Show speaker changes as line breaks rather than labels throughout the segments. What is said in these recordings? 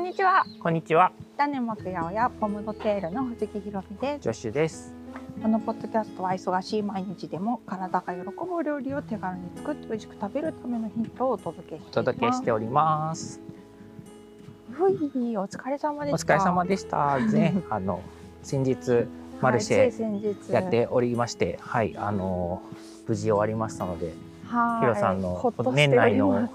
にちは。
こんにちは、
ダネモクヤオやポムドテールの藤木ひろみです。
ジョッシュです。
このポッドキャストは忙しい毎日でも体が喜ぶお料理を手軽に作って美味しく食べるためのヒントをお届けしてい
お
ます。
届けしております。
ふい、お疲れ様で
お
した。
疲れ様でした。ね、あの先日マルシェ
はいつい先日
やっておりまして、はい、あの無事終わりましたので、
はい
ヒロさん
ほっ
の
として
年
お
内
ります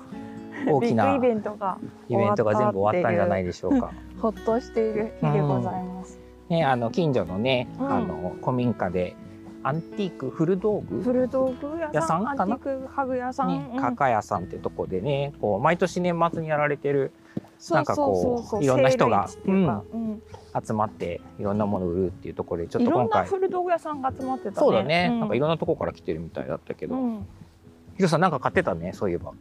の大きな
ビッ
イ
グイ
ベ
ベントが
ントが全部終わったんじゃないでしょうか。
ほっとしている日でございます。
ね、あの近所のね、
うん
あの古民家でアンティーク古道具
古道具屋
屋
さ
さ
ん、
ん
アン
か
テ
な
ィーク家具屋さん、
ね
う、ん
かかやさんってとこでね、こう毎年年末にやられてるなんかこ
そ
う
そそ
いろんな人が
セール市っていうかうん
集まっていろんなものを売るっていうところで、ちょっ
い
と
ろ
今
んな
回
古道具屋さんが集まってたね。
そうだね、なんかい
ろ
ろんなとこから来てるみたいだったけど、
うん、
ヒロさんなんか買ってたねそういえば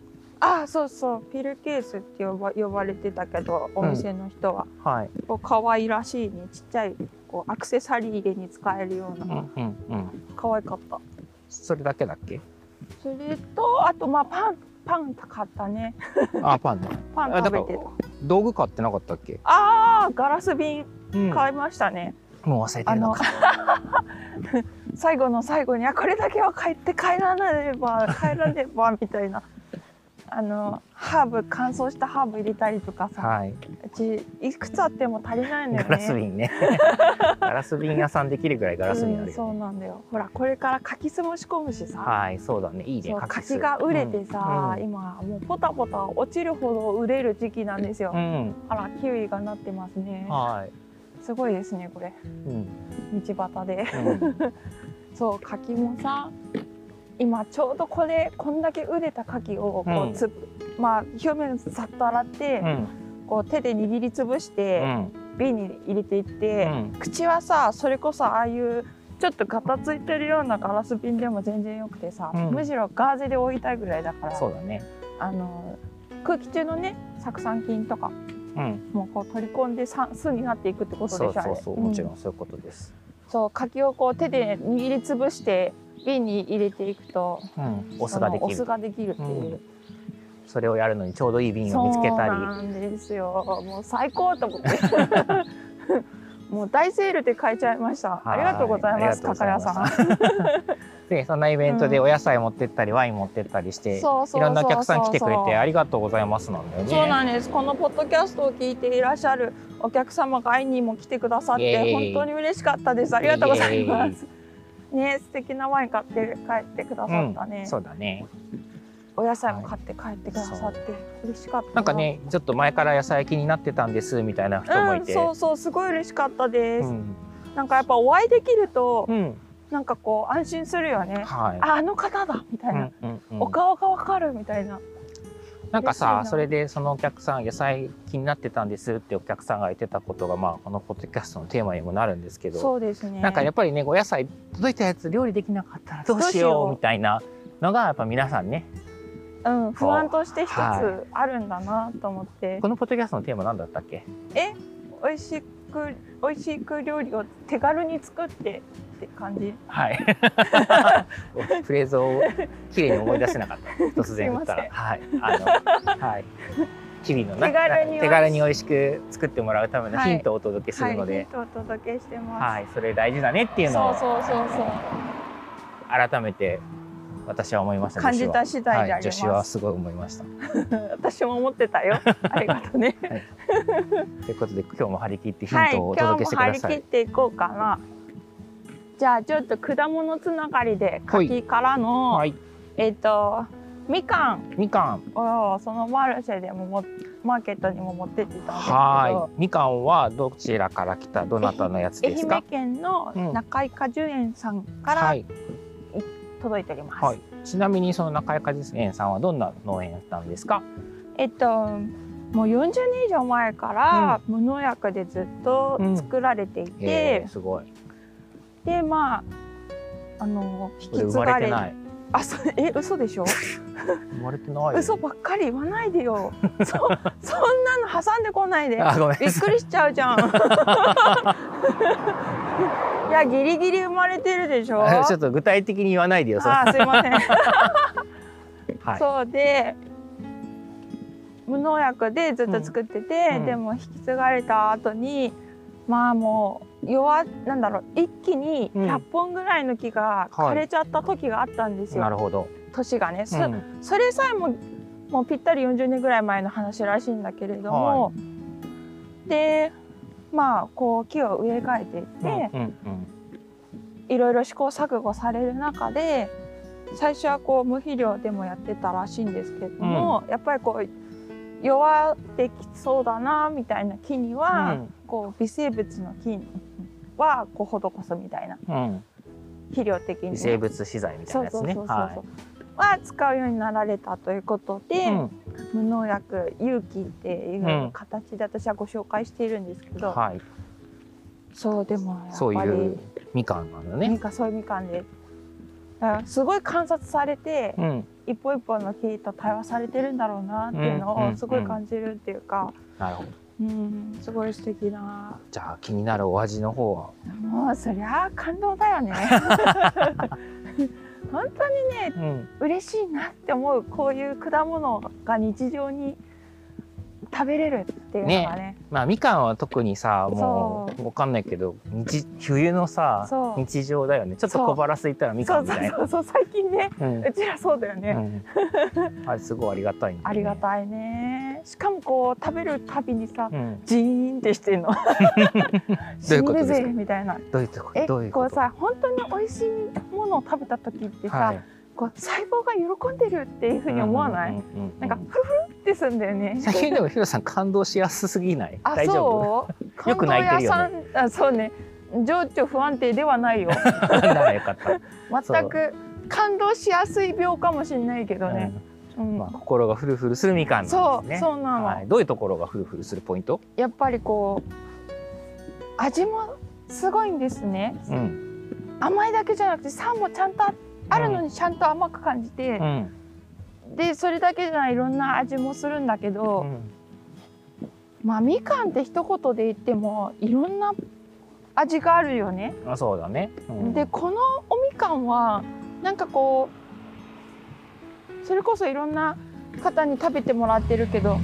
あ、そうそう、ピルケースって呼ば呼ばれてたけど、お店の人は、
はい
こう可愛らしいね、ちっちゃいこうアクセサリー入れに使えるよう
うん
な
うんうん
可愛かった。
それだけだっけ
それとあとまあパンパン買ったね。
あパンね
パン食べて
あだ
た
か。道具買ってなかったっけ、
ああ、ガラス瓶
うん
買いましたね。
もう忘れて
あ
るの
の
か
最後の最後にあこれだけは帰って帰らなれば 帰らねばみたいなあのハーブ乾燥したハーブ入れたりとかさ、
はいう
ちいくつあっても足りないのよね
ガラス 瓶ねガラス瓶屋さんできるぐらいガラス瓶あ
う
る
んそ
よ、
う
ね
なんだよほらこれから柿酢も仕込むしさ、
はいそうだねいいね
そう
柿
柿
酢
が熟れてさ、
うん
今もうポタポタ落ちるほど熟れる時期なんですよ、
うん、
あらキウイがなってますね
はい、
すごいですねこれ
うん
道端で
うん、
そう柿もさ今ちょうどこれこんだけ茹でた柿をこ
うん
うつぶ、まあ表面さっと洗って、
うん
こう手 で握りつぶし
う
て、
ん
瓶に入れていっ
う
て、
ん
口はさそれこそああいうちょっとガタついてるようなガラス瓶でも全然よくてさ、
うん
むしろガーゼで覆いたいぐらいだから
そうだね
あの空気中のね酢酸菌とか
うん
もこう取り込んで酸素になっていくってことでし
そ
ょ
うそうそうもち
ん
ろんそういうことです
そう柿をこう手で握りつぶして瓶に入れていくと
うんお酢がで
その
き
お酢
る
ができるっていう、
それをやるのにちょうどいい瓶を見つけたり
そうなんですよもう最高と思 って もう大セールで買えちゃいましたあ
い
りがとうございます
ありがとうご
高
ざい
屋
ます
さん
でそんなイベントでお野菜持ってったり、ワイン持ってったりして
そうそうそうそう
いろんなお客さん来てくれてありがとうございますなんだよね。
そうなんですこのポッドキャストを聞いていらっしゃるお客様が会いにも来てくださっ
イエー
て
イ
本当に嬉しかったですありがとうございますね素敵なワイン買って帰ってくださったね、
そうだね。
お野菜も買って帰ってくださって嬉しかった
なんかねちょっと前から野菜気になってたんですみたいな人もいて。
うん、そうそうすごい嬉しかったです、
うん
なんかやっぱお会いできると、
うん
なんかこう安心するよね。
はい。
ああの方だみたいな、
うんうんうん
お顔がわかるみたいな。
なんか
嬉しい
さ
な
それでそのお客さん野菜気になってたんですってお客さんが言ってたことがまあこのポッドキャストのテーマにもなるんですけど、
そうですね。
なんかやっぱりねお野菜届いたやつ料理できなかったらどうし
どうしよ
よ
う
うみたいなのがやっぱ皆さんね
うん不安として一つ
は
あるんだなと思って。
このポッドキャストのテーマなんだったっけ
え美味しく美味しく料理を手軽に作ってって感じ。
はい。 フレーズを綺麗に思い出せなかった。突然言った
す
ら。
い
はい。あの、はい。日々のね
手軽に
手軽に美味しく作ってもらうための
はい
ヒントをお届けするの
はいヒン
で、
トをお届けしてます。
はい、それ大事だねっていうの
そう
を
そうそう
改めて私は思いまし
そう
た。
感じた次第であ
はい、
り
女
ま
子は
す。
すごい思いました。
私も思ってた よ。ありがとうね。
ということで今日も張り切ってヒ
は
ン
い、
トをお
今日
届
も
けしてく
張
だ
り
さ
切っ
い。
ていこうかな。じゃあちょっと果物つながりで
はい
柿からの、
はい、
えっ、とみかん
みかん、
をそのマルシェでももマーケットにも持ってってたんですけど、
はい、みかんはどちらから来たどなたのやつ
愛
です
媛
か？
県の
うん
中井果樹園さんから
はい、
届いております。
はい。ちなみにその中井果実園さんはどんな農園なんですか？
えっともう40年以上前から無農薬でずっと作られてい
え
て
ー、すごい。
でまああの引き継
俺生
が
ま
れ
れてない。
あそうえ嘘でしょ
生まれてないよ。
嘘ばっかり言わないで よ。そそんなの挟んでこないで。
あ、ごめん
び
な
っ
さ
くりしちゃうじ ゃん。いやギリギリ生まれてるでしょ。
い。ちょっと具体的に言わないでよ。それ
あーすいません。
はい。
そうで、無農薬でずっと作ってて、
うん
でも引き継がれた後にまあもう弱なんだろう一気に
うん
100本ぐらいの木が
はい
枯れちゃった時があったんですよ、
なるほど。
年がね、そ
うん
それさえももうぴったり40年ぐらい前の話らしいんだけれども、でまあこう木を植え替えていって、
うんうん
いろいろ試行錯誤される中で最初はこう無肥料でもやってたらしいんですけれども、やっぱりこう弱ってきそうだなみたいな木に
う
は、
ん
こう微生物の菌はこう施すみたいな
うん
肥料的にね、
微生物資材みたい
そ
な
う
や
そ
つ
うそう
ね。
そう、
は
は使うようになられたということ
い。
で、
うん
無農薬有機っていう形で私はご紹介しているんですけど、
はい。
そうでもやっ
そう
ぱり
いうみかんなのね
み。かんそういうみかんです。だからすごい観察されて、
うん。
一歩一歩の木と対話されてるんだろうなっていう
うんうん
の
うん
をすごい感じるっていうか、
なるほど。
うん、すごい素敵な。
じゃあ気になるお味の方は。
もうそりゃあ感動だよね。 本当に
うん。
嬉しいなって思うこういう果物が日常に食べれるっていうのがね。
まあみかんは特にさもうわかんないけど日冬のさ
そう
日常だよねちょっと小腹空いたらみ
そ
か
うん
み
そう
たいな
そうそう最近ね
うん
うちらそうだよね。
うんあれすごいありがたいんだよね
ありがたいね。しかもこう食べるたびにさ。
うん
ジーンってして んの
どうい
死
うんこと
で
ですか
ぜみたいな
どういうとこ
え
どういうこ
う
と
さ本当に美味しいものを食べた時ってさ、
はい
こう細胞が喜んでるっていうふうに思わない、
うんうんうんうん
なんかフルフルってすんだよね
最近でもヒロさん感動しやすすぎない
あ
大丈夫
そう
よく泣いてるよね
感動屋さんあそうね情緒不安定ではないよ
ならよかった、
全く感動しやすい病かもしれないけどね、う
うんんまあ、心がフルフルするみかんな
そ
ん
う、
ですね
そうなの、
はい、どういうところがフルフルするポイント、
やっぱりこう味もすごいんですね
うん
甘いだけじゃなくて酸もちゃんとああるのにちゃんと甘く感じて、
うん
でそれだけじゃないいろんな味もするんだけ
う
ど、
ん
まあみかんって一言で言ってもいろんな味があるよね。
あそうだね、うん
でこのおみかんはなんかこうそれこそいろんな方に食べてもらってるけど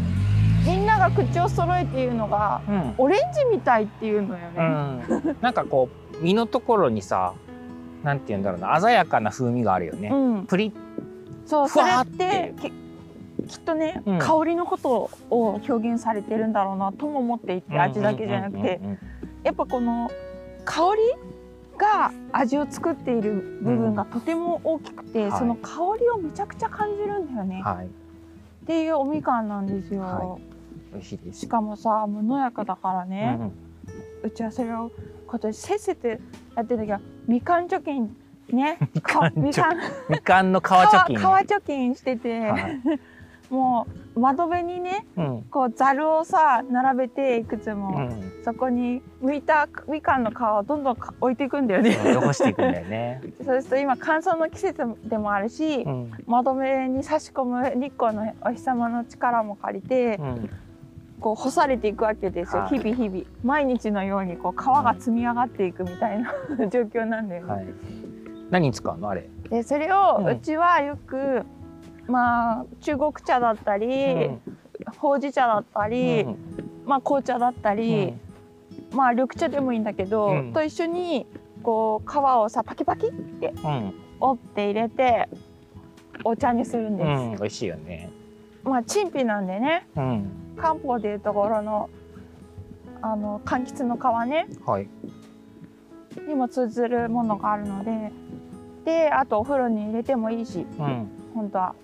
みんなが口を揃えて言うのが
うん
オレンジみたいっていうのよ
う
ね。
ん、なんかこう身のところにさなんて言うんだろうな鮮やかな風味があるよね、
うん
プリ
そう
ふ
それ
わー
っ
って
てききっとね、
うん
香りのことを表現されてるんだろうなとも思っていて味だけじゃなくて、
うんうん
やっぱこの香りが味を作っている部分がとても大きくて、
はい
その香りをめちゃくちゃ感じるんだよ
う
ね、
んはい
っていうおみかんなんですよ、
は美味しいです
しかもさ無農薬だからね
う、ん
うちはそれを今年せっせとやってるんだけどみかん貯金ねみ
かん
み
貯金
かん
うんみかんの皮貯金
皮皮貯金してて、
はい
もう窓辺にね
うん
こうざるをさ並べていくつも、
うん
そこに剥いたみかんの皮をどんどんか置いていくんだよね。
残していくんだよね、
そうすると今乾燥の季節でもあるし、
うん
窓辺に差し込む日光のお日様の力も借りて、
うん
こう干されていくわけですよ、
はい
日々日々毎日のようにこう皮が積み上がっていくみたいな 状況なんだよね。
はい、何に使うのあれ、
でそれを
うん
うちはよく、まあ中国茶だったり、ほうじ茶だったり、
うん
まあ紅茶だった
う
り
ん、
まあ緑茶でもいいんだけど、
うん
と一緒にこう皮をさパキパキって
うん
折って入れてお茶にするんです。
うん、美味しいよね、
まあ陳皮なんでね
うん、
漢方でいうところのあの柑橘の皮ね
はい、
にも通ずるものがあるのでであとお風呂に入れてもいいし
うん
本当は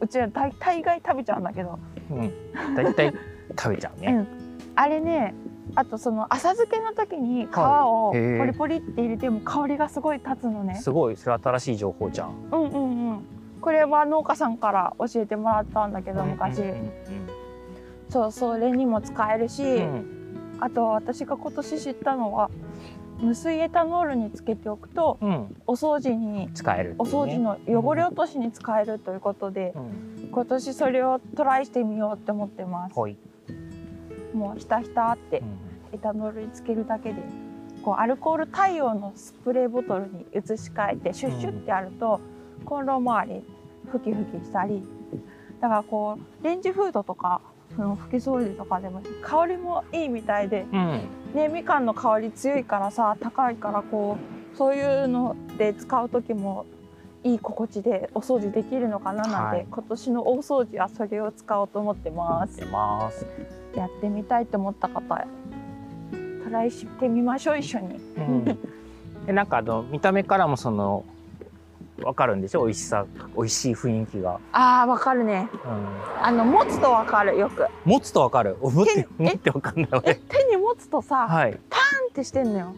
うちは大大概食べちゃうんだけど
うん、だいたい食べちゃうね、
あれねあとその浅漬けの時に皮を
はいへー
ポリポリって入れても香りがすごい立つのね、
すごいそれ新しい情報じゃん、
うんうんうんこれは農家さんから教えてもらったんだけど昔、
うん
そうそれにも使えるし、
うんうん
あと私が今年知ったのは無水エタノールにつけておくと
うんうん、
お掃除に
使えるって
お
いうね
掃除の汚れ落としに使えるということで
うん、
今年それをトライしてみようって思ってます
ほい、
もうひたひたってエタノールにつけるだけでこうアルコール対応のスプレーボトルに移し替えてシュッシュッってやるとコンロ周りふきふきしたりだからこうレンジフードとかその拭き掃除とかでも香りもいいみたいで
うん
ねみかんの香り強いからさ高いからこうそういうので使う時もいい心地でお掃除できるのかななんて、
はい
今年の大掃除はそれを使おうと思ってます
出。ます。
やってみたいと思った方トライしてみましょう一緒に。
うん、でなんかあの見た目からもそのわかるんでしょ美味しさ美味しい雰囲気が、
ああわかるね。
うん、
あの持つとわかるよく。
持つとわかるお持って
え
持ってわかんない
え
俺
手に持つとさ、
はい
パンってしてんのよ。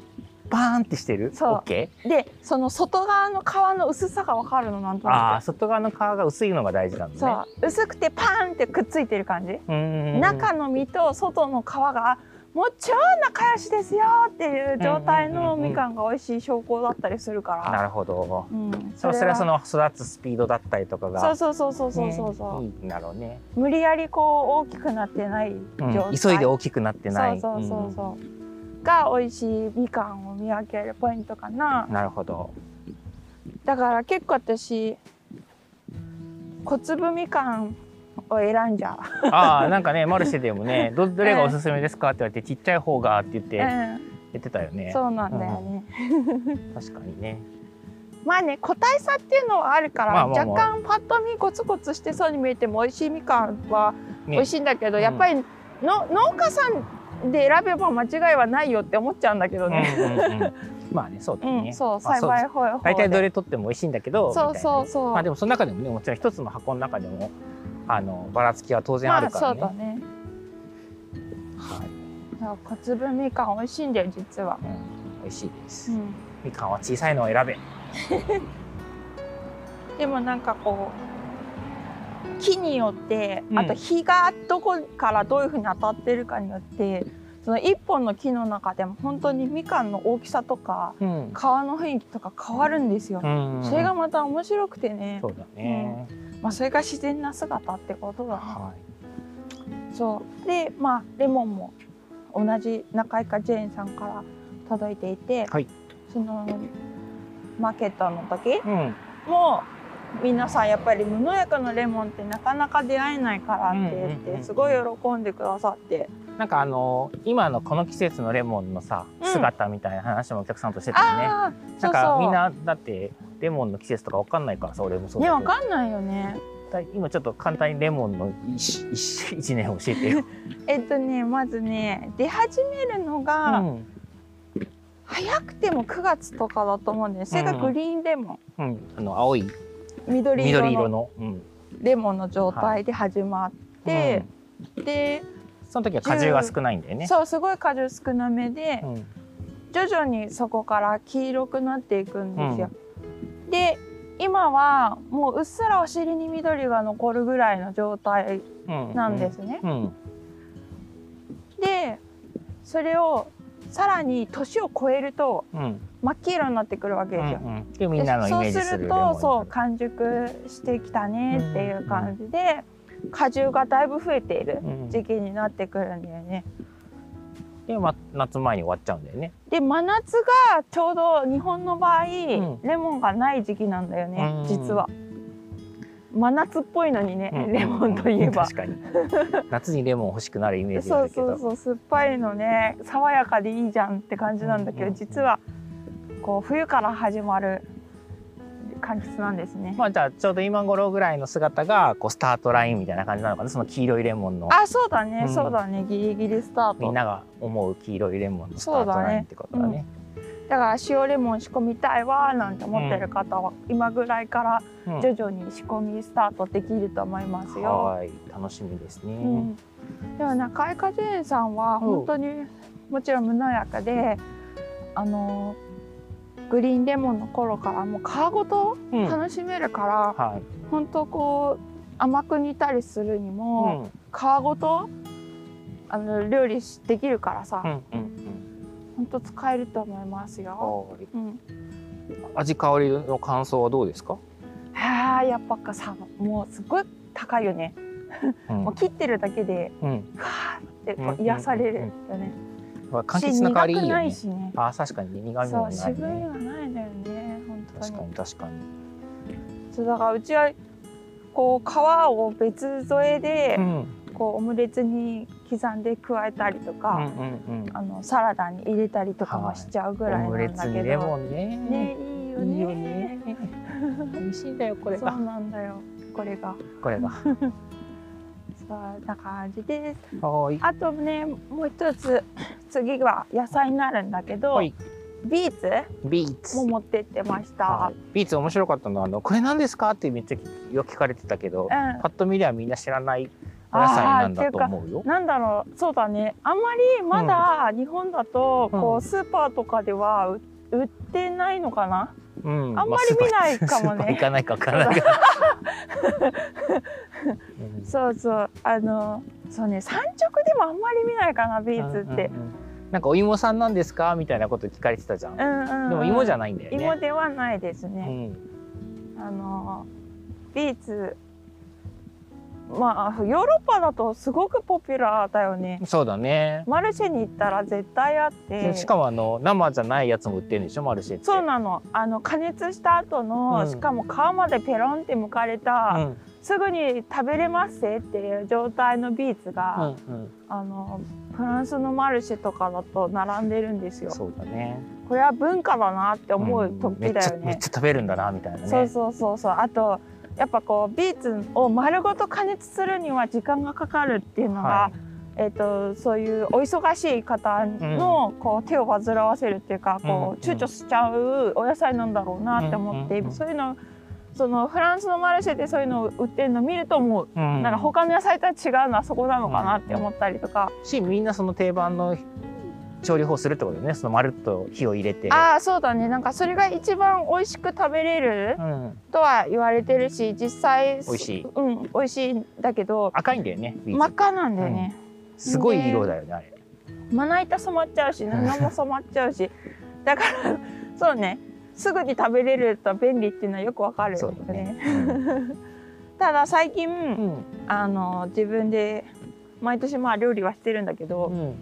バーンってしてる
そう
オッケ
でその外側の皮の薄さがわかるのなんと
ーああ
な
外側の皮が薄いのが大事なん
く。
だね
そう薄くてパンってくっついてる感じ。
うーん
中の実と外の皮がもう超仲良しですよっていう状態のみかんが美味しい証拠だったりするから。
なるほど
うん、
それそれはその育つスピードだったりとかが
そうそうそうそうそうそうそう、
ねいいんだろうね、
無理やりこう大きくなってない
うん
状態、
急いで大きくなってない
そうそうそうそう、が美味しいみかんを見分けるポイントかな
うんなるほど
だから結構私小粒みかんを選んじゃ
ああなんかねマルシェで もねどどれがおすすめですかって言われてちっちゃい方がって言っ
う、
て
う
言ってたよ
ん、
ね
そうなんだよね、
確かにね
まあね個体差っていうのはあるから、
まあまあまあ
若干パッと見ゴツゴツしてそうに見えても美味しいみかんは
ね
美味しいんだけど、
うん
やっぱりの農家さんで選べば間違いはないよって思っちゃうんだけどね。
うんうんうんまあねそうだ
う
よ
ん、
ね、
そう
まあ
栽培方法で。
大体どれ取っても美味しいんだけど
そうそう
みたいなね
そう。
まあでもその中でもねもちろん一つの箱の中でもあのばらつきは当然あるからね、
まあそうだね。
はい
そう小粒みかん美味しいんだよ実は。
うん、美味しいです、
うん
みかんは小さいのを選べ
でもなんかこう木によって
うん
あと日がどこからどういうふうに当たってるかによって、その一本の木の中でも本当にみかんの大きさとか
うん
皮の雰囲気とか変わるんですよ。
うん
それがまた面白くてね
そ、うだね、
まあ、それが自然な姿ってことだな。
は
そうでまあレモンも同じ中井かジェーンさんから届いていて、
はい
そのマーケットの時
い、うん、
も皆さんやっぱり無農薬のレモンってなかなか出会えないからって言っ
うんうんう
て
ん
すごい喜んでくださって
なんかあの今のこの季節のレモンのさ
うん
姿みたいな話もお客さんとしてたよね、
ああそ
なん
う
かみん
そ
なだってレモンの季節とかわかんないからさ俺もそううだ
ね
けど
わかんないよね
だい今ちょっと簡単にレモンの一一一年を教えてよ、
えっとねまずね出始めるの
う
が
ん
早くても9月とかだと思うんですそれがグリーンレモン
うん、あの青い
緑色
緑色
の
の、うん、
レモンの状態で始まって、で
その時は果汁が少ないんだよね。
そうすごい果汁少なめで
うん
徐々にそこから黄色くなっていくんですよ。で今はもううっすらお尻に緑が残るぐらいの状態
う
なんです。ね。
うん、
でそれをさらに年を超えると
うん、うん、
真っ黄色になってくるわけ
う
ですよ。
ん、でみんなのイメージ
そう
す
す
る
る
レモン
とそう完熟してきたねっていう感じで果汁がだいぶ増えている
うん
時期になってくるんだよね。
で、ま、夏前に終わっちゃうんだよね。
で真夏がちょうど日本の場合、
ん
レモンがない時期なんだよね、
うん
実は真夏っぽいのにね、
うん
レモンといえば
確かに。夏にレモン欲しくなるイメージがあ
そう
るけ
そう
ど。
そう酸っぱいのね爽やかでいいじゃんって感じなんだけど、
うんうん
実はこう冬から始まる柑橘なんですね、
まあ、じゃあちょうど今頃ぐらいの姿がこうスタートラインみたいな感じなのかなその黄色いレモンの
あそうだね、
うん
そうだねギリギリスター
み
ト
んなが思う黄色いレモンのスタートラインってことだね。
だから塩レモン仕込みたいわーなんて思ってる方は、今ぐらいから
うん
徐々に仕込みスタートできると思いますよ。
はい楽しみですね。
うんでも中井果樹園さんは本当にもちろん無農薬で、あのグリーンレモンの頃からもう皮ごと
うんは
楽しめるから、
い。
本当こう甘く煮たりするにも、皮ごとあの料理しできるからさ、
うんうんうん
本当使えると思いますよ。
はい
うん、
味香りの感想はどうですか？
はあやっぱかさもうすごい高いよね。
うん
もう切ってるだけで
うん。
はあってこう癒されるよね。
柑橘の香りい
し
い
苦く
よ
ない
ね。
しね。
あー確かにね苦味
そ
も
う
ない
渋みが
ね。
ないんだよね本当
確か
に
に確かに。
そうだからうちはこう皮を別添えで
うん。
こうオムレツに刻んで加えたりと
うん
か、
うんうん
あのサラダに入れたりとかもしちゃうぐらい
オム
な
レ
んだ
ツ
け
に
ど、
レモンね
ねいいよね
いい よね美味しいんだよこれ
そう
が
なんだよこれが
これがは
そんな感じです
ーい
あとねもう一つ次は野菜になるんだけど、
はい
ビーツ
ビーツ
も持ってってました、
はいビーツ面白かったのはあのこれ何ですかってめっちゃよく聞かれてたけど、
うん
パッと見りゃみんな知らないお野菜なんだと思うよ。
なんだろうそうだねあんまりまだ日本だと
うん
こうスーパーとかではう売ってないのかな、
うん
あんまり見ないかもね
まあスーパースーパー行かないかわからないけど。うん
そうそうあのそうね産直でもあんまり見ないかなビーツって
う、んうんうんなんかお芋さんなんですかみたいなこと聞かれてたじゃん。
う
で
んうんうん
も芋じゃないんだよね。
芋ではないです
う
ね、
ん
あのビーツまあヨーロッパだとすごくポピュラーだよね
そうだね。
マルシェに行ったら絶対あって
しかもあの生じゃないやつも売ってるんでしょマルシェって。
そうなのあの加熱した後の、
うん
しかも皮までペロンって剥かれた、
うん
すぐに食べれますぜっていう状態のビーツ
う
が、
ん
あのフランスのマルシェとかだと並んでるんです
う
よ
ん。。そうだね。
これは文化だなって思う時だよ
んめっちゃめっ
ね。
ちゃ食べるんだなみたいなね。
そうそうそうそう。あとやっぱこうビーツを丸ごと加熱するには時間がかかるっていうのが、
は
えっ、とそういうお忙しい方のこう手を煩わせるっていうか、こう
うん
躊
うん
躇しちゃうお野菜なんだろうなって思って、
うんうんうん
そういうのそのフランスのマルシェでそういうのを売ってるの見るともう
い。うん
なんか他の野菜とは違うのはそこなのかなって思ったりとか、
しみんなその定番の調理法するってことだよねそのまるっと火を入れて
ああそうだねなんかそれが一番美味しく食べれる
うん、
とは言われてるし実際美
美味しい
うん、美味しいんだけど
赤いんだよねビーツ
真っ赤なんだよね、
すごい色だよねあれ
まな板染まっちゃうし布も染まっちゃうしだから そうねすぐに食べれると便利っていうのはよくわかる
そ
よ
うだね
ね。ただ最近、
うん
あの自分で毎年まあ料理はしてるんだけど、
うん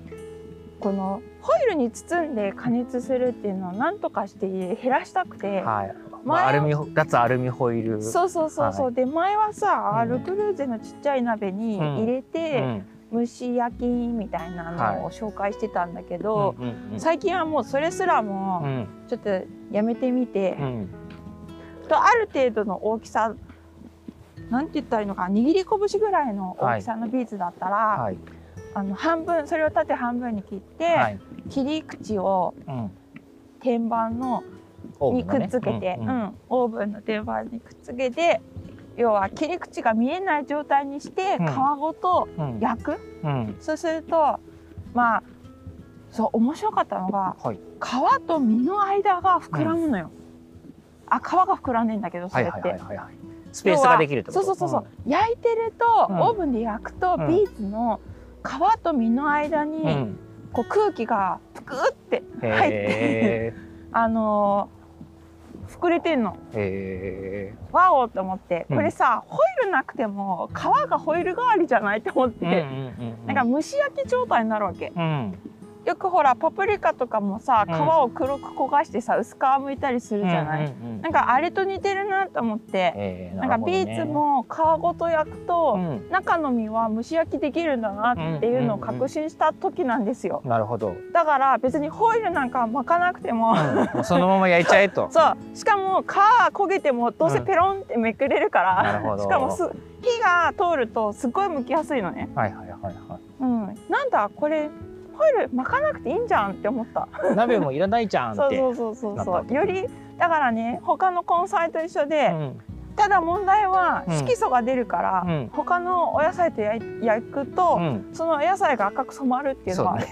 このホイルに包んで加熱するっていうのをなんとかして減らしたくて、
はい、まあ、ア
前
ルミホ脱アルミホイル
そうそうそうそう、
は
で前はさ、
うん
ルクルーゼのちっちゃい鍋に入れ
うん
て、蒸し焼きみたいなのを紹介してたんだけど、
うんうんうん
最近はもうそれすら
う
も
ん
ちょっとやめてみて
う、ん
とある程度の大きさなんて言ったらいいのかな握り拳ぐらいの大きさのビーツだったら、
はい
あの半分それを縦半分に切って、
はい、
切り口を
うん、
天板の
オーブ
に
ン
く
のね
っつけて、
う
うんん
うん
オーブンの天板にくっつけて要は切り口が見えない状態にして
うん
皮ごと
うん
焼く、
うん
そうするとまあそう面白かったのが
はい
皮と身の間が膨らむのよ、あ皮が膨らんでんだけどそ
はい
れって、
はいはいはいはいスペースができるってこと
そうそうそうそう、焼いてると、
うん
オーブンで焼くと、
うん
ビーツの皮と身の間に、
うんうん
こう空気がぷくって入って、
へ
あのー膨れてんの
ーへ
わおと思って
うん
これさ、ホイルなくても皮がホイル代わりじゃないと思って、
ーうんうんうんうん
なんか蒸し焼き状態になるわけ
うん
よくほらパプリカとかもさ
うん
皮を黒く焦がしてさ薄皮むいたりするじゃない、
うんうんうん
なんかあれと似てるなと思って、
えー
なん
る
か
ほど
ビ
ね
ーツも皮ごと焼く
う
と、
ん
中の実は蒸し焼きできるんだなっていうのを確信した時なんですよ、
なるほど。
だから別にホイルなんか巻かなくても、
もうそのまま焼いちゃえと。
そうしかも皮焦げてもどうせペロンってめくれるか
なる
ら、
ほど
しかもす火が通るとすっごい剥きやすいのね、
はいはいはいは
うん、なんだこれホイル巻かなくていいんじゃんって思った
い。鍋もいらないじゃんって。
そうそうそうそう
なった
そ
わ
う
け
よりだからね他の根菜と一緒で、
うん
ただ問題は
うん
色素が出るから、
うん
他のお野菜と焼い焼くと、
うん。
そのお野菜が赤く染まるっていう
そ
の
う
は
ね。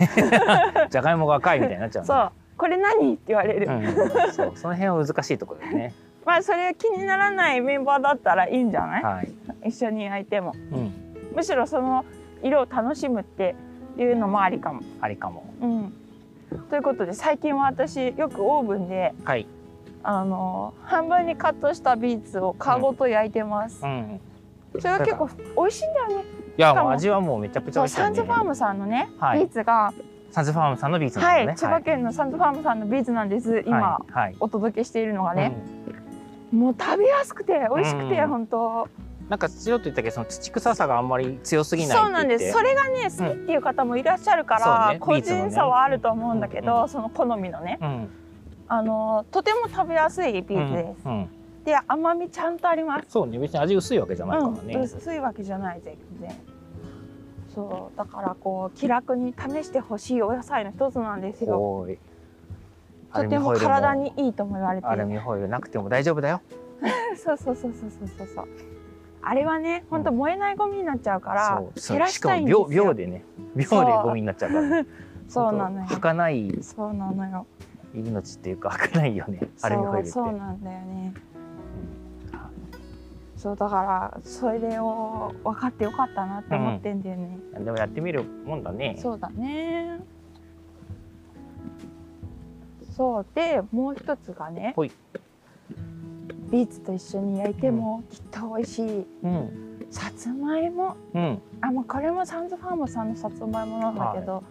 じゃがいもが赤いみたいになっちゃうね。
そうこれ何って言われる、
うん。そうその辺は難しいところだよね。
まあそれ気にならないメンバーだったらいいんじゃない、
はい。
一緒に焼いても
うん。
むしろその色を楽しむっていうのもありかも。
ありかも。
うん、ということで最近は私よくオーブンで
はい。
あの半分にカットしたビーツを皮ごと焼いてます
う。ん。
それが結構美味しいんだよね。
いや
しかも
もう味はもうめちゃくち
そ
ゃ美
う
味しいよ
サン
ね。
ズファームさんのね、
はい
ビーツが、
サンズファームさんのビーツな
は
ん
い、
です
千
ね。
葉県のサンズファームさんのビーツなんです。今、
はいはい。
お届けしているのが
はい
ね、もう食べやすくて美味しくて、
うん
本当
なんかちょっと言ったけどその土臭さがあんまり強すぎないって
そうなん
言っ
で
て
すそれがね好きっていう方もいらっしゃるか
そう
ら、
ね
個人差はあると思うんだけ
ビーツも
ど、その好みのね
うん
あのとても食べやすいビーツです、
うんうん
で甘みちゃんとあります
そうね別に味薄いわけじゃないからね、
うん、薄いわけじゃない全然そうだからこう気楽に試してほしいお野菜の一つなんですよ
おーいア
と
ルミ
て
ホ
も
イルも
体にいいとも言われて
アル
る
ミホイルなくても大丈夫だよ
そうそうそうそうそうそうそうあれはねほんと燃えないゴミになっちゃうから
そうそう
減ら
し
し
か
たいん
も
ですよ
秒秒でね秒
そう
でゴミになっちゃうからね
そう なのよ
本当儚い
そうなのよ
命っていうか儚いよねアルミホイルって
そうそうなんだよねそうだからそれを分かってよかったなって思ってんだよね、
でもやってみるもんだね
そうだねそうでもう一つがね
ほい
ビーツと一緒に焼いてもきっと美味しい
うん
さつまいも
うん
あもうこれもサンズファームさんのさつまいもなんだけど、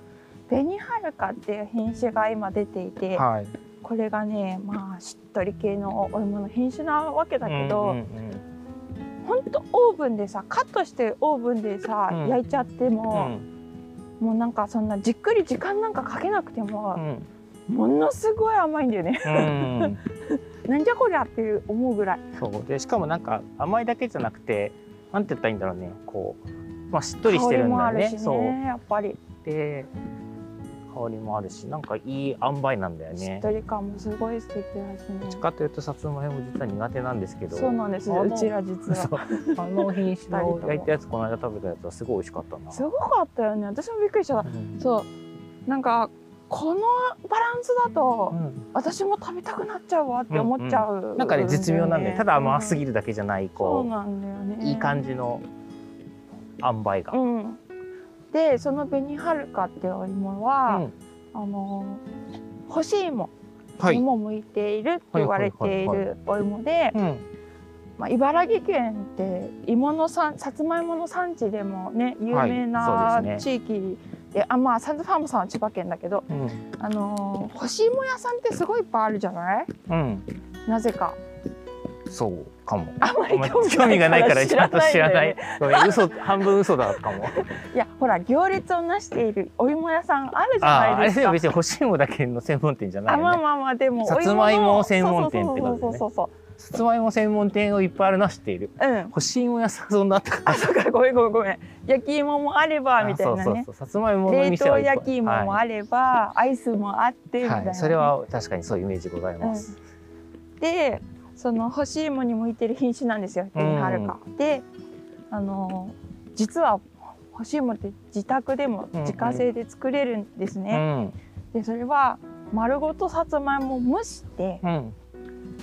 紅はるかっていう品種が今出ていて、
はい
これがねまあしっとり系のお芋の品種なわけだけど、
うんうん
ほんとオーブンでさカットしてオーブンでさ、
うん
焼いちゃって
う
も、
ん
もうなんかそんなじっくり時間なんかかけなくて
う
も、
ん
ものすごい甘いんだよね
うんうん
なんじゃこりゃって思うぐらい
そうでしかもなんか甘いだけじゃなくてなんて言ったらいいんだろうねこう、まあ、しっとりし
香
て
り
るん
も
だ
あ
よ
る
ね
しね
そう
やっぱり
で香りもあるしなんかいい塩梅なんだよ
しっ
ね
とり感もすごい素敵だし
どっち
ね
かというとさつまいも実は苦手なんですけど
そうなんです
あの
うちら実は
そうあの
二
品種
人
の
とも
焼いたやつこの間食べたやつはすごい美味しかったな
すごかったよね私もびっくりした
うん
そうなんかこのバランスだと、
うん
私も食べたくなっちゃうわって思っちゃう、
なんかね絶妙なんでただ甘す
ぎ
ぎるだけじゃない
そう
こ
なんだよ
う
ね
いい感じの塩梅が、
うん、でその紅はるかってお芋
う
は、
ん
あの干し芋
は
にも向いているって言われてい
はいはいはい
るお芋で、
うん
まあ、茨城県って芋の産さつまいもの産地でもね有名
は
ない
そうです
地域で,、あまあサンズファームさんは千葉県だけど、
うん
あの干し芋屋さんってすごいいっぱいあるじゃない
うん、
なぜか
そうかも
あんまり興味
興味がないからちゃんと知ら
んだ
な
よ
い
ね。
ごめん嘘半分嘘だっ たかも。
いやほら行列をなしているお芋屋さんあるじ
あ
ゃ
あ
ない
れ
です
で
か
も。別に欲しいものだけの専門店じゃない
あまあ
よね。
まあまあでも
さ
お
つ
芋
まいも
の
専門店ってことだよね
そうそうそうそう
さつまいも専門店をいっぱいあるのは知っている。
そううん
欲しいもの屋さんそんなあったか
あそうかごめんごめんごめん焼き芋もあれば
ら
みたいなね
そうそうそう。さつまいもの
冷
店は
凍
いっぱい
焼き芋もあれば、アイスもあってみたい
は
な、
い、はい、それは確かにそういうイメージございます。
でその干し芋に向いてる品種なんですよ紅はるか、であの実は干し芋って自宅でも自家製で作れるんです
う
ね、
ん、
でそれは丸ごとさつまいもを蒸して
うん、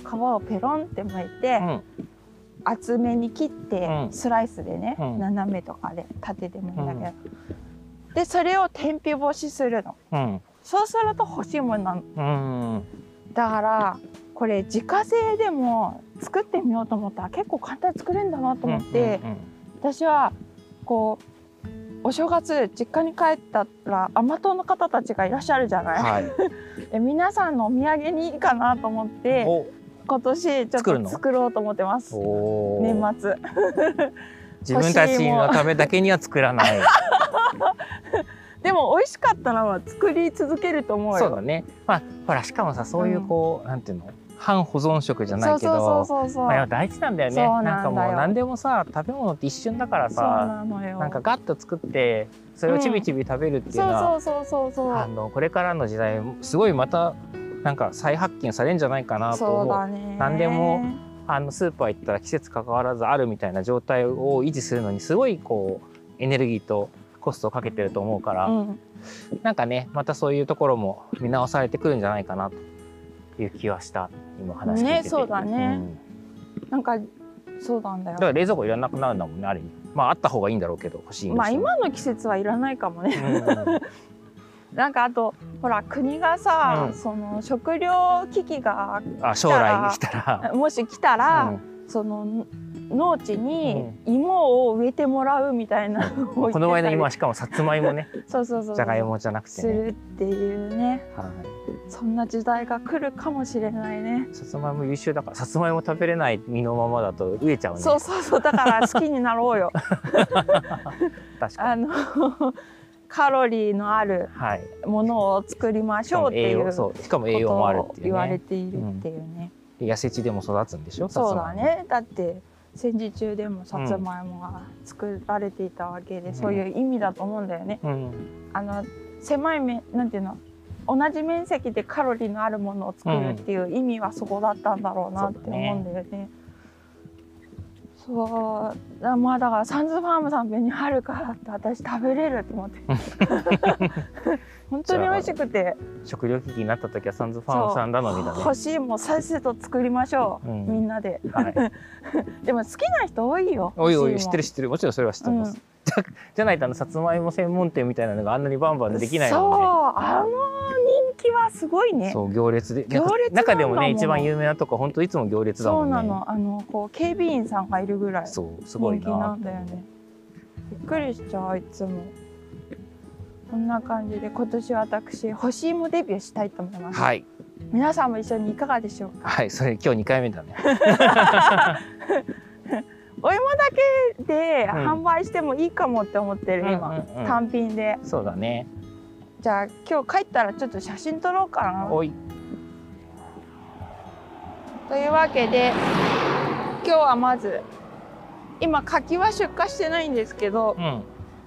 皮をペロンってむいて、
うん、
厚めに切って
うん
スライスでね、
うん
斜めとかで縦でもいいんだけど、でそれを天日干しするの
うん、
そうすると干し芋なの
うん、うん
だからこれ自家製でも作ってみようと思ったら結構簡単に作れるんだなと思って、私はこうお正月実家に帰ったら甘党の方たちがいらっしゃるじゃない、
はい。
で皆さんのお土産にいいかなと思って
お、
今年ちょっ
作るの
と作ろうと思ってます
おー
年末
自分たちのためだけには作らない。
でも美味しかったらは作り続けると思うよ。
そうだね。まあ、ほら、しかもさ、そういうこう、なんていうの、半保存食じゃないけど。
そうそうそうそうそう。
まあ、やっぱ大事なんだよね
そうな
なん
んだよ
かもう何でもさ食べ物って一瞬だから
そう
さ
なのよ。
なんかガッと作ってそれをちびちび食べるっていうのは、
そうそうそうそうそ
あ
う。
のこれからの時代すごいまたなんか再発見されるんじゃないかなと
そう
思う
だね。
何でもあのスーパー行ったら季節関わらずあるみたいな状態を維持するのにすごいこうエネルギーとコストをかけてると思うから、
うん。
なんかねまたそういうところも見直されてくるんじゃないかなという気はした今話聞いて
ね
て、
そうだね
ん
なんかそうなんだ
だか
よ。
ら冷蔵庫いらなくなるんだもんねある意味まああった方がいいんだろうけど欲しいんです
まあ今の季節はいらないかもね。
うん
なんかあとほら国がさ、
うん
その食料危機が
あ将来に来たら
もし来たら、
うん
その農地に芋を植えてもらうみたいなのを言ってたり
この場合の今はしかもさつまいもね
そうそうそう
じゃがいもじゃなくて
す
ね、
るっていうね
はい、
そんな時代が来るかもしれないね
さつまいも優秀だからさつまいも食べれない身のままだと飢えちゃうね
そうそうそうだ から好きになろうよ
確か
あ
に
の カロリーのある
はい
ものを作りましょうって
栄
いう
養
こ
そうしかも栄
と
養もあるっ
を
てい
言
う
われ
ね
ているっていうね、
で痩せ地でも育つんでしょ
そうだ
さ
ねだって戦時中でもさつまいもが作られていたわけで、
うん
そういう意味だと思うんだよね
つまいもうん
あの狭い面なんていうの同じ面積でカロリーのあるものを作るっていう意味はそこだったんだろうなって思うんだよね。そうだまあだからサンズファームさん紅はるかって私食べれると 思って本当に美味しくて
食料危機になった時はサンズファームさん頼みだね
欲しいもんさっせと作りましょう、
うん
みんなで
はい、
でも好きな人多いよ
おいおい
欲しもん
知ってる知ってるもちろんそれは知ってます、
うん
じゃじゃないとあのさつまいも専門店みたいなのがあんなにバンバンできない
そう
もん
あの人気はすごい
ね
ね
そう行列で
行列なんだもん
中でもね一番有名なとこ本当いつも行列だ
そ
もん
う
ね
なのあのこう警備員さんがいるぐらい
そうすごい
人気
な
なんだよねびっくりしちゃういつもこんな感じで今年私干し芋デビューしたいと思います、
はい
皆さんも一緒にいかがでしょうか
はいそれ今日二回目だね
お芋だけで
うん
販売してもいいかもって思ってる、
う
今、
んうんうん
単品で
そうだね
じゃあ今日帰ったらちょっと写真撮ろうかな
おい
というわけで今日はまず今柿は出荷してないんですけど
うん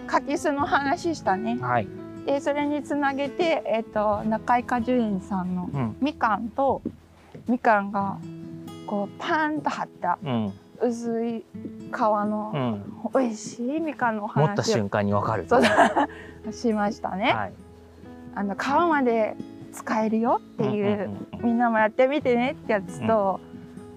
柿酢の話したね
はい
でそれにつなげて、えっと中井果樹園さんの
うん
みかんとみかんがこうパンと張った
うん
薄い皮
う
の
ん
美味しいみかんのお
持った
話を
瞬間にわかる
そうだしましたね、
はい
あの皮まで使えるよっていう,、
んうん
みんなもやってみてねってやつと、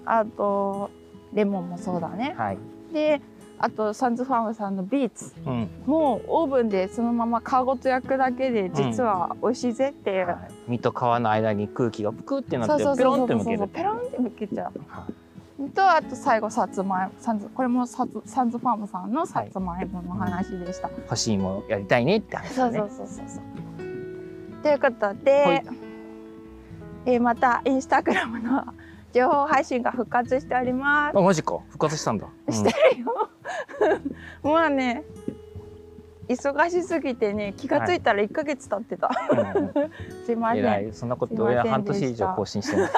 あとレモンもそうだね
うんはい
であとサンズファームさんのビーツ
うん
もうオーブンでそのまま皮ごと焼くだけで実は美味しいぜっていう、
はい身と皮の間に空気がぷくってな
そ
っ
う
て
そう
ペ
そう
ロ
そ
ン
うそう
って向
そ
け
うそう
る
ペロンってむけちゃう
は
とあと最後さつまいもサンズこれもサツサンズファームさんのさつまいもの話でした、
い欲しいものやりたいねって話
そ
だ
う
ね
そうそうそうそうということで、
はい
えーまたインスタグラムの情報配信が復活しております
あマジか復活したんだうん
してるよ まあね忙しすぎてね気がついたら1ヶ月経ってた、
うん
すい ません
偉いそんなこと俺は半年以上更新してない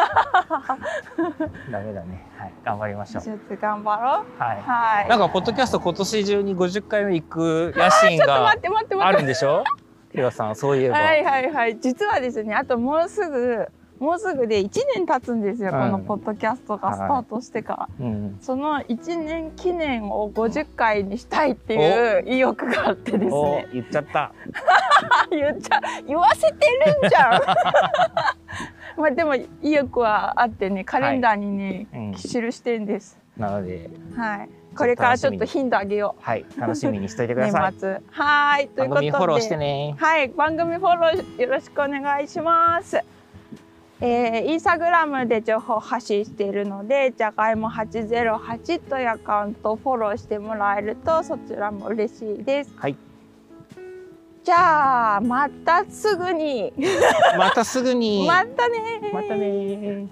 ダメだねはい頑張りまし
ち
ょ
ょ
う
っと頑張ろう
はい
はい
なんかポッドキャスト今年中に50回目行く野心が
待って待って
あ
待っ
るんでし ょヒロさんそういえ
て
ば、
はいはいはい実はですねあともうすぐもうすぐで1年経つんですよ、
うん
このポッドキャストがスタートしてから、
うん、
その1年記念を50回にしたいっていう意欲があってです
お
ね
言っちゃった
言っちゃ言わせてるんじゃんまあでも意欲はあってねカレンダーにね、
うん
記してんです
なので
はいこれからちょっと頻度上げよ
はい楽しみにしといて
う
くだ
年
さい
末はいという
番
こと
組
で
フォローしてね
はい、番組フォローよろしくお願いします。えー、インスタグラムで情報発信しているので、じゃがいも808というアカウントをフォローしてもらえると、そちらも嬉しいです。
はい
じゃあ、またすぐに。
またすぐに
またねー
またね